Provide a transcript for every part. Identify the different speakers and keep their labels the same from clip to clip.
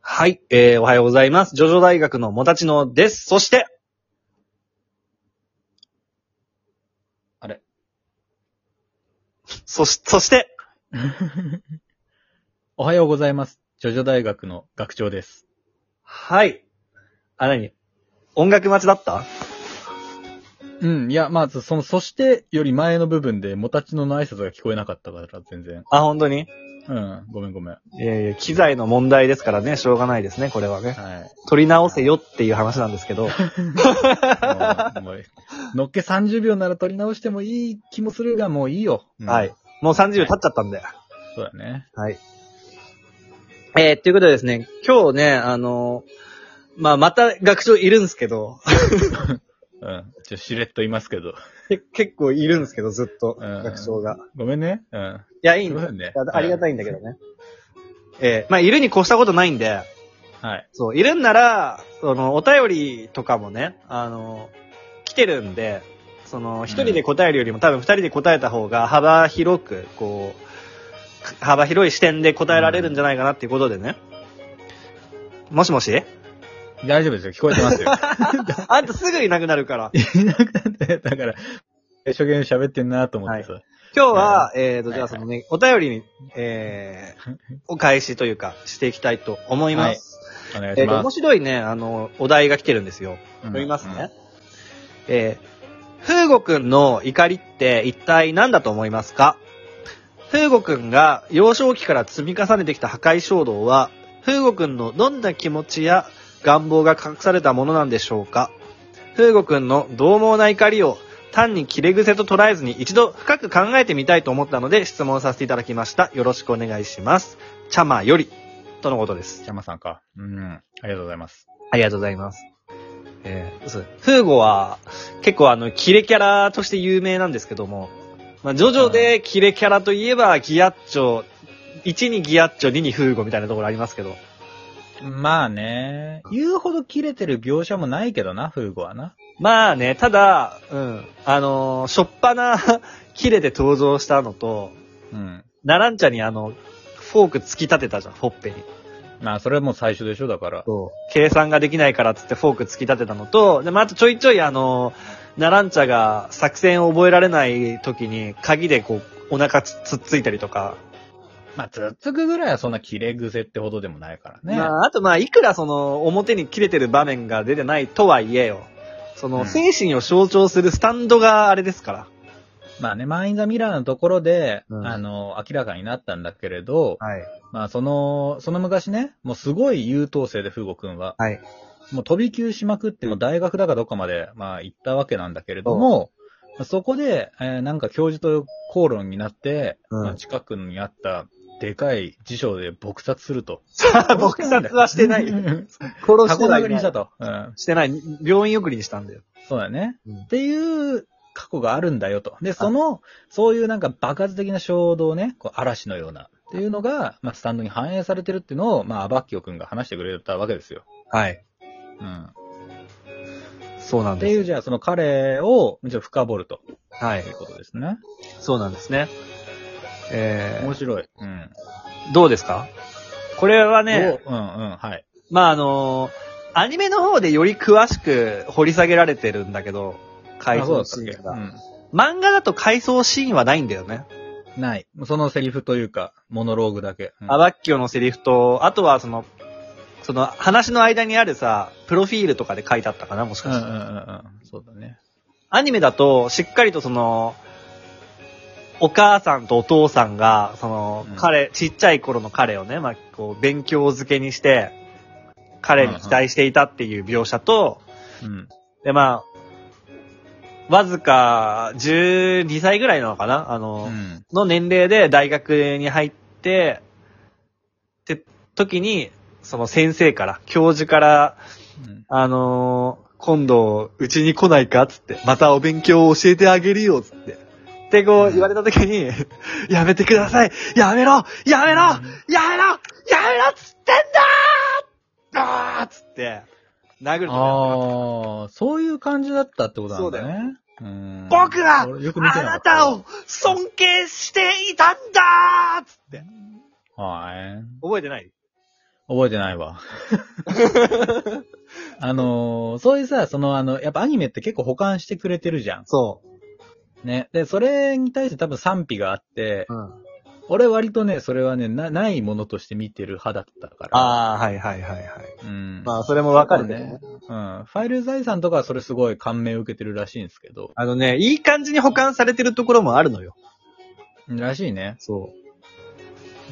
Speaker 1: はい、えー、おはようございます。ジョジョ大学のもたちのです。そして、
Speaker 2: あれ
Speaker 1: そし、そして、
Speaker 2: おはようございます。ジョジョ大学の学長です。
Speaker 1: はい。あ、なに音楽待ちだった
Speaker 2: うん、いや、まず、その、そして、より前の部分で、もたちのの挨拶が聞こえなかったから、全然。
Speaker 1: あ、本当に
Speaker 2: うん、ごめんごめん。はい
Speaker 1: やいや、機材の問題ですからね、しょうがないですね、これはね。
Speaker 2: い。
Speaker 1: 取り直せよっていう話なんですけど。
Speaker 2: もうも うのっけ30秒なら取り直してもいい気もするが、もういいよ。うん
Speaker 1: はい。。もう30秒経っちゃったんで。
Speaker 2: そうだね。
Speaker 1: はい。えー、ということでですね、今日ね、あのーまあ、また学長いるんですけど、
Speaker 2: うん。ちょ、しれっと言いますけど。
Speaker 1: け結構いるんですけど、ずっと、
Speaker 2: うん
Speaker 1: 学長が。
Speaker 2: ごめんね。うん。
Speaker 1: いや、いい
Speaker 2: す
Speaker 1: ん
Speaker 2: いま
Speaker 1: だよ
Speaker 2: せんね
Speaker 1: いや。ありがたいんだけどね。ええまあ、いるに越したことないんで、
Speaker 2: はい。
Speaker 1: そう、いるんなら、その、お便りとかもね、あの、来てるんで、その、一人で答えるよりも多分二人で答えた方が幅広く、こう、幅広い視点で答えられるんじゃないかなっていうことでね。もしも し
Speaker 2: 大丈夫ですよ。聞こえてま すよ。
Speaker 1: あんたすぐいなくなるから。
Speaker 2: いなくなって、だから、一生懸命喋ってんなと思ってさ。
Speaker 1: 今日は、えーと、
Speaker 2: はい
Speaker 1: じゃあそのね、お便りに、えー、 お返しというか、していきたいと思います。
Speaker 2: お願い
Speaker 1: え
Speaker 2: し
Speaker 1: ーと、
Speaker 2: ま
Speaker 1: 面
Speaker 2: す。
Speaker 1: 白いね、あの、お題が来てるんですよ。
Speaker 2: うん
Speaker 1: 読みますね。。えー、ふうごくんの怒りって一体何だと思いますかふうごくんが幼少期から積み重ねてきた破壊衝動は、ふうごくんのどんな気持ちや願望が隠されたものなんでしょうかふうごくんの獰猛な怒りを単に切れ癖と捉えずに一度深く考えてみたいと思ったので質問させていただきました。よろしくお願いします。ちゃまより。とのことです。
Speaker 2: ちゃまさんか。うん。ありがとうございます。
Speaker 1: ありがとうございます。えー、そうフーゴは、結構あの、キレキャラとして有名なんですけども、まあ、ジョジョでキレキャラといえば、ギアッチョ、1にギアッチョ、2にフーゴみたいなところありますけど、
Speaker 2: まあね。言うほど切れてる描写もないけどな、フーゴはな。
Speaker 1: まあね、ただ、うん、あのー、しょっぱな、 キレで登場したのと、
Speaker 2: うん。
Speaker 1: ナランチャにあの、フォーク突き立てたじゃん、ほっぺに。
Speaker 2: まあ、それはもう最初でしょ、だから。
Speaker 1: そう。計算ができないからっつってフォーク突き立てたのと、で、まあ、あとちょいちょいあの、ナランチャが作戦を覚えられない時に、鍵でこう、お腹つつっついたりとか。
Speaker 2: まあ、つっつくぐらいはそんな切れ癖ってほどでもないからね。
Speaker 1: まあ、あとまあ、いくらその、表に切れてる場面が出てないとはいえよ。その、
Speaker 2: うん
Speaker 1: 精神を象徴するスタンドがあれですから。
Speaker 2: まあね、マイン・ザ・ミラーのところで、
Speaker 1: うん
Speaker 2: あの、明らかになったんだけれど、
Speaker 1: はい。
Speaker 2: まあ、その、その昔ね、もうすごい優等生で、フーゴくんは。
Speaker 1: はい。
Speaker 2: もう飛び級しまくって、もう大学だかどっかまで、まあ行ったわけなんだけれども、まあそこで、えーなんか教授と口論になって、
Speaker 1: うん
Speaker 2: まあ近くにあった、でかい辞書で撲殺すると。
Speaker 1: 僕殺はしてない。殺
Speaker 2: うん
Speaker 1: して
Speaker 2: 箱
Speaker 1: ない
Speaker 2: 殴りにしたと。うん。
Speaker 1: してない。病院送りにしたんだよ。
Speaker 2: そうだね、
Speaker 1: うん
Speaker 2: っていう過去があるんだよと。で、その、そういうなんか爆発的な衝動ね、こう嵐のような。っていうのが、まあ、スタンドに反映されてるっていうのを、まあ、アバッキオ君が話してくれたわけですよ。
Speaker 1: はい。
Speaker 2: うん。
Speaker 1: そうなん
Speaker 2: って
Speaker 1: で
Speaker 2: い
Speaker 1: す。
Speaker 2: う、じゃあ、その彼を、じゃあ深掘ると
Speaker 1: はい
Speaker 2: いう。ことですね。
Speaker 1: そうなんですね。えー
Speaker 2: 面白い。うん。
Speaker 1: どうですかこれはね
Speaker 2: ね、、うんうん、はい。
Speaker 1: まあ、あのーアニメの方でより詳しく掘り下げられてるんだけど、回
Speaker 2: あそうだ
Speaker 1: 想
Speaker 2: った
Speaker 1: シ
Speaker 2: っけ
Speaker 1: ーンが。
Speaker 2: う
Speaker 1: 漫画だと回想シーンはないんだよね。
Speaker 2: ん。ない。そのセリフというか、モノローグだけ。うん
Speaker 1: アバッキオのセリフと、あとはその、その話の間にあるさ、プロフィールとかで書いてあったかな、もし
Speaker 2: う
Speaker 1: か
Speaker 2: んう
Speaker 1: し
Speaker 2: ん
Speaker 1: て。
Speaker 2: うんうん。そうだね。
Speaker 1: アニメだと、しっかりとその、お母さんとお父さんが、その
Speaker 2: う、ん
Speaker 1: 彼、ちっちゃい頃の彼をね、まあ、こう、勉強漬けにして、彼に期待していたっていう描写と、
Speaker 2: うん。
Speaker 1: で、まあ、わずか12歳ぐらいなのかなあの、
Speaker 2: うん。
Speaker 1: の年齢で大学に入って、って時に、その先生から、教授から、
Speaker 2: うん
Speaker 1: あのー今度、うちに来ないかつって、またお勉強を教えてあげるよつって。ってこう言われた時に、 やめてくださいやめろやめろやめろやめろっつってんだーあーっつって、殴るとね
Speaker 2: ああ、そういう感じだったってことなんだ
Speaker 1: そうだ
Speaker 2: ね。うん
Speaker 1: 僕は
Speaker 2: 俺よく見て
Speaker 1: あ
Speaker 2: なか
Speaker 1: な
Speaker 2: った。
Speaker 1: たを尊敬していたんだーっつって。
Speaker 2: はい。
Speaker 1: 覚えてない
Speaker 2: 覚えてないわ。あのーそういうさ、そのあの、やっぱアニメって結構保管してくれてるじゃ ん。
Speaker 1: そ
Speaker 2: ね。で、それに対して多分賛否があって
Speaker 1: う。、うん。
Speaker 2: 俺割とね、それはね、な、ないものとして見てる派だったから。
Speaker 1: ああ、はいはいはいはい。
Speaker 2: うん。
Speaker 1: まあ、それもわかるけどね。
Speaker 2: うん。ファイル財産とかはそれすごい感銘を受けてるらしいんですけど。
Speaker 1: あのね、いい感じに保管されてるところもあるのよ。
Speaker 2: らしいね。
Speaker 1: そ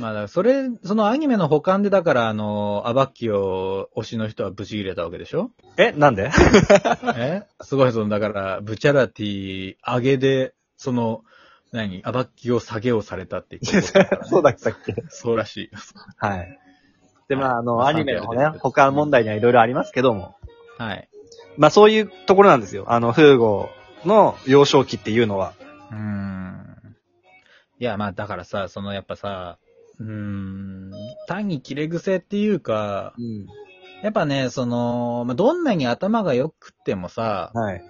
Speaker 2: まあ、だからそれ、そのアニメの保管で、だから、あの、アバッキを推しの人はブチ切れたわけでしょ
Speaker 1: う。え、なんで
Speaker 2: えすごい、その、だから、ブチャラティ上げで、その、何アバッキを下げをされたって言ってたから ね
Speaker 1: そうだったっけ
Speaker 2: そうらしい。
Speaker 1: はい。で、まあ、あの、
Speaker 2: まあ
Speaker 1: アニメの
Speaker 2: 賛否あ
Speaker 1: ね
Speaker 2: るけ、ど
Speaker 1: 保管問題にはいろいろありますけども。
Speaker 2: はい。
Speaker 1: まあ、そういうところなんですよ。あの、フーゴの幼少期っていうのは。
Speaker 2: うーん。いや、まあ、だからさ、その、やっぱさ、うーん、単に切れ癖っていうか、
Speaker 1: うん。
Speaker 2: やっぱね、その、まあ、どんなに頭が良くってもさ、
Speaker 1: はい。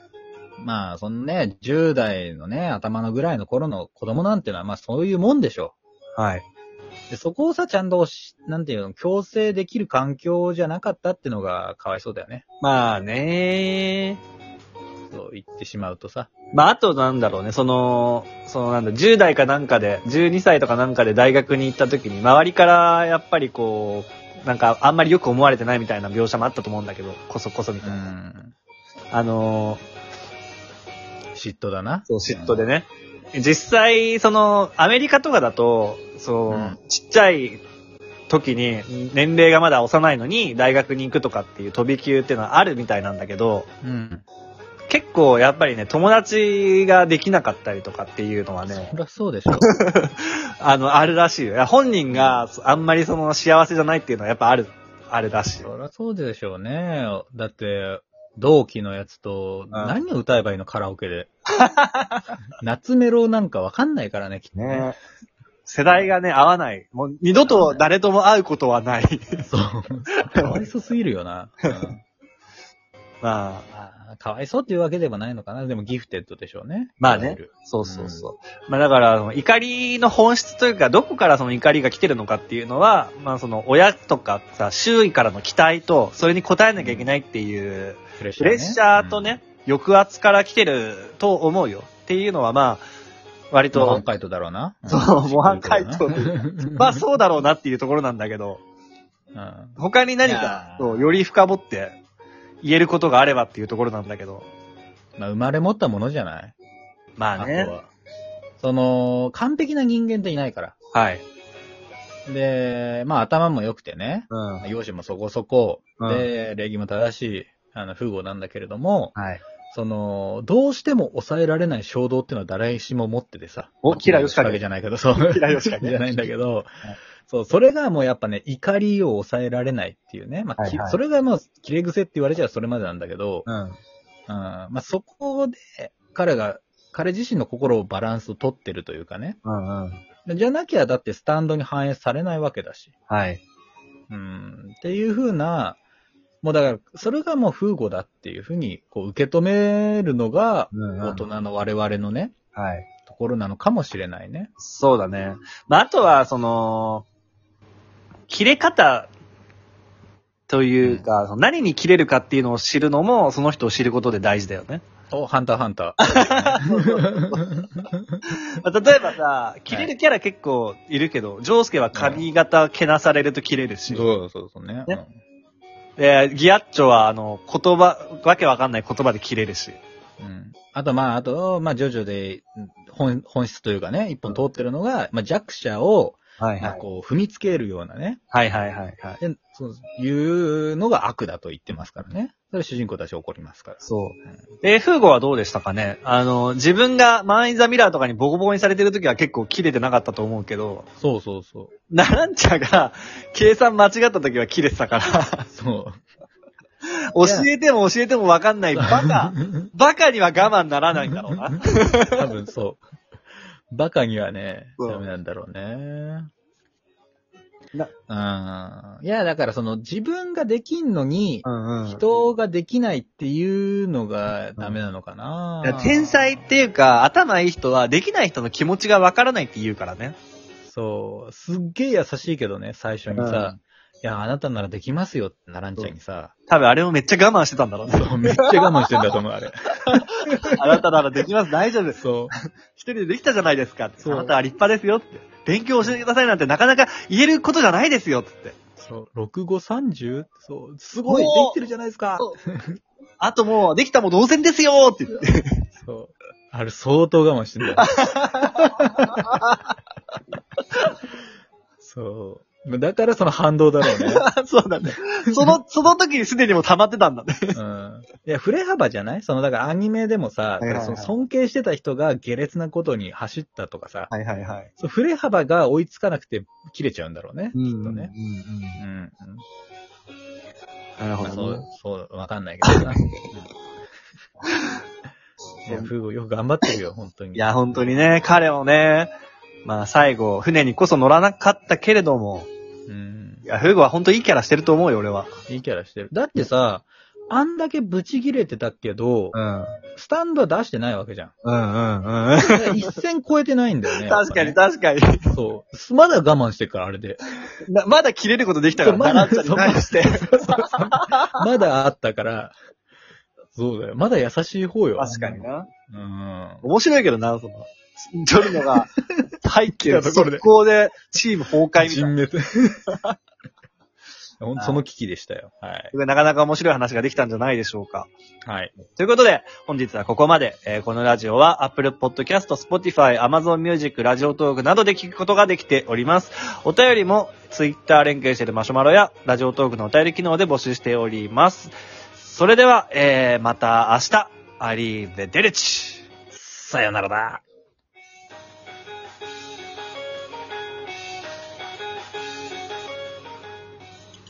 Speaker 2: まあ、そのね、10代のね、頭のぐらいの頃の子供なんてのは、まあ、そういうもんでしょ。
Speaker 1: はい。
Speaker 2: で、そこをさ、ちゃんとし、なんていうの、強制できる環境じゃなかったってのが、かわいそうだよね。
Speaker 1: まあね
Speaker 2: そう言ってしまうとさ。
Speaker 1: まあ、あとなんだろうね、その、そのなんだ、10代かなんかで、12歳とかなんかで大学に行った時に、周りからやっぱりこう、なんかあんまりよく思われてないみたいな描写もあったと思うんだけど、こそこそみ
Speaker 2: う
Speaker 1: たいな。
Speaker 2: ん。
Speaker 1: あのー、
Speaker 2: 嫉妬だな。
Speaker 1: そう、嫉妬でね。実際、その、アメリカとかだと、そう、
Speaker 2: うん
Speaker 1: ちっちゃい時に、年齢がまだ幼いのに、大学に行くとかっていう飛び級っていうのはあるみたいなんだけど、
Speaker 2: うん。
Speaker 1: 結構やっぱりね、友達ができなかったりとかっていうのはね
Speaker 2: そ、りゃそう でしょ。
Speaker 1: あの、あるらしいよ。いや本人があんまりその幸せじゃないっていうのはやっぱある、あるらしいよ。
Speaker 2: そりゃそうでしょうね。だって、同期のやつと、何を歌えばいいのカラオケで。 夏メロなんかわかんないからね、きっとね。
Speaker 1: ね世代がね、合わない。もう二度と誰とも会うことはない。
Speaker 2: そう。かわいそうすぎるよな。うん
Speaker 1: まあ、
Speaker 2: あーかわいそうっていうわけではないのかな。でもギフテッドでしょうね。
Speaker 1: まあね
Speaker 2: いわゆる。
Speaker 1: そうそうそう。まあだからあの、怒りの本質というか、どこからその怒りが来てるのかっていうのは、まあその親とかさ、周囲からの期待と、それに応えなきゃいけないっていう、
Speaker 2: プレッシ
Speaker 1: プ
Speaker 2: ャー、
Speaker 1: レッシャーとね、抑圧から来てると思うよ。っていうのはまあ、割
Speaker 2: うん。模範
Speaker 1: と、
Speaker 2: 解答だろうな。ん
Speaker 1: そう模範解答
Speaker 2: 知ってるけどな
Speaker 1: まあそうだろうなっていうところなんだけど、
Speaker 2: うん
Speaker 1: 他に何
Speaker 2: いや
Speaker 1: か
Speaker 2: ー、
Speaker 1: そうより深掘って言えることがあればっていうところなんだけど、
Speaker 2: まあ生まれ持ったものじゃない
Speaker 1: まあね
Speaker 2: 過去。はその、完璧な人間っていないから。
Speaker 1: はい。
Speaker 2: で、まあ頭も良くてね、
Speaker 1: うん。はい。
Speaker 2: 容姿もそこそこ、
Speaker 1: うん
Speaker 2: で、礼儀も正しい、あの、風貌なんだけれども、
Speaker 1: はい。
Speaker 2: その、どうしても抑えられない衝動っていうのは誰しも持っててさ。
Speaker 1: おキラヨシカゲ
Speaker 2: キラじゃないけど、そう。
Speaker 1: キラヨシカゲ
Speaker 2: じゃないんだけど、そう、それがもうやっぱね、怒りを抑えられないっていうね。まあ、
Speaker 1: は
Speaker 2: き
Speaker 1: いはい
Speaker 2: それがもう、切れ癖って言われちゃうそれまでなんだけど、
Speaker 1: うん。
Speaker 2: うん、まあそこで、彼が、彼自身の心をバランスを取ってるというかね。
Speaker 1: うんうん。
Speaker 2: じゃなきゃだってスタンドに反映されないわけだし。
Speaker 1: はい。
Speaker 2: うんっていうふうな、もうだから、それがもう風語だっていうふうに、こう、受け止めるのが、
Speaker 1: うんうん
Speaker 2: 大人の我々のね、
Speaker 1: はい。
Speaker 2: ところなのかもしれないね。
Speaker 1: そうだね。まあ、あとは、その、切れ方というか、その何に切れるかっていうのを知るのも、その人を知ることで大事だよね。
Speaker 2: お、ハンターハンター。
Speaker 1: まあ、例えばさ、切れるキャラ結構いるけど、ジョースケは髪型けなされると切れるし、
Speaker 2: そうそうそうね。
Speaker 1: ねでギアッチョは、あの、言葉、わけわかんない言葉で切れるし。
Speaker 2: うんうんあと、まあ、あと、まあ、ジョジョで、本、本質というかね、一本通ってるのが、まあ、弱者を、
Speaker 1: はい
Speaker 2: まあ、。こう、踏みつけるようなね、
Speaker 1: はいはいはいはい。
Speaker 2: でそういうのが悪だと言ってますからね。それ主人公たち怒りますから。
Speaker 1: そう。えー、フーゴはどうでしたかねあの、自分がマン・イン・ザ・ミラーとかにボコボコにされてる時は結構切れてなかったと思うけど、
Speaker 2: そうそうそう。
Speaker 1: ナランチャが、 計算間違った時は切れてたから、
Speaker 2: そう。
Speaker 1: 教えても教えてもわかんない、バカ、バカには我慢ならないんだろうな。
Speaker 2: 多分そう。バカにはね、
Speaker 1: うん
Speaker 2: ダメなんだろうね。
Speaker 1: な
Speaker 2: うん。いや、だからその自分ができんのに、
Speaker 1: ん人
Speaker 2: 人ができないっていうのがダメなのかな。
Speaker 1: 天才っていうか、頭いい人は、できない人の気持ちがわからないって言うからね。
Speaker 2: そう。すっげえ優しいけどね、最初にさ。や、あなたならできますよってナランちゃんにさ、
Speaker 1: 多分あれもめっちゃ我慢してたんだろうね。
Speaker 2: そう、めっちゃ我慢してんだと思う、あれ。
Speaker 1: あなたならできます、大丈夫。
Speaker 2: そう。
Speaker 1: 一人でできたじゃないですかって。
Speaker 2: そう
Speaker 1: あなたは立派ですよって。勉強教えてくださいなんてなかなか言えることじゃないですよっつって。
Speaker 2: そう、6、5、30? そう、すごい、で
Speaker 1: おー
Speaker 2: きてるじゃないですか
Speaker 1: そあともう、できたも同然ですよって言って。
Speaker 2: そう。あれ、相当我慢してんだよ。そう。だからその反動だろうね。
Speaker 1: そうなんだね。その、その時にすでにもう溜まってたんだね。
Speaker 2: うん。いや、振れ幅じゃないその、だからアニメでも
Speaker 1: は
Speaker 2: さ、
Speaker 1: いはいはい
Speaker 2: その尊敬してた人が下劣なことに走ったとかさ、
Speaker 1: はいはいはい。
Speaker 2: そう振れ幅が追いつかなくて切れちゃうんだろうね。
Speaker 1: う
Speaker 2: きっ
Speaker 1: ん。
Speaker 2: とね。
Speaker 1: うん
Speaker 2: うん。うん
Speaker 1: なるほ
Speaker 2: まあそ
Speaker 1: ど
Speaker 2: う
Speaker 1: ね。、
Speaker 2: そう、わかんないけ どな。いや、フグよく頑張ってるよ、本当に。
Speaker 1: いや、本当にね、彼もね、まあ最後、船にこそ乗らなかったけれども、
Speaker 2: うん
Speaker 1: い。や、フーゴは本当いいキャラしてると思うよ、俺は。
Speaker 2: いいキャラしてる。だってさ、あんだけブチ切れてたけど、
Speaker 1: ん。
Speaker 2: スタンドは出してないわけじ ゃん。
Speaker 1: うんうんうん。
Speaker 2: だから一線超えてないんだよね。やっ
Speaker 1: 確
Speaker 2: ぱ
Speaker 1: か
Speaker 2: ね
Speaker 1: に。確かに。
Speaker 2: そうす。まだ我慢してるから、あれで。
Speaker 1: なまだ切れることできたから、
Speaker 2: そうま
Speaker 1: ま
Speaker 2: だ
Speaker 1: だちゃんに対して。
Speaker 2: まだあったから、そうだよ。まだ優しい方よ。
Speaker 1: 確かにな。
Speaker 2: うん。
Speaker 1: 面白いけどな、その、ジョルノ が入ってる
Speaker 2: 来たところで
Speaker 1: 速攻でチーム崩壊みたい
Speaker 2: 人
Speaker 1: な。
Speaker 2: 滅。ほんとその危機でしたよ。はい。
Speaker 1: なかなか面白い話ができたんじゃないでしょうか。
Speaker 2: はい。
Speaker 1: ということで、本日はここまで。えーこのラジオは Apple Podcast、Spotify、Amazon Music、ラジオトークなどで聞くことができております。お便りも Twitter 連携しているマシュマロやラジオトークのお便り機能で募集しております。それでは、えーまた明日、アリーベデルチ。
Speaker 2: さよならだ。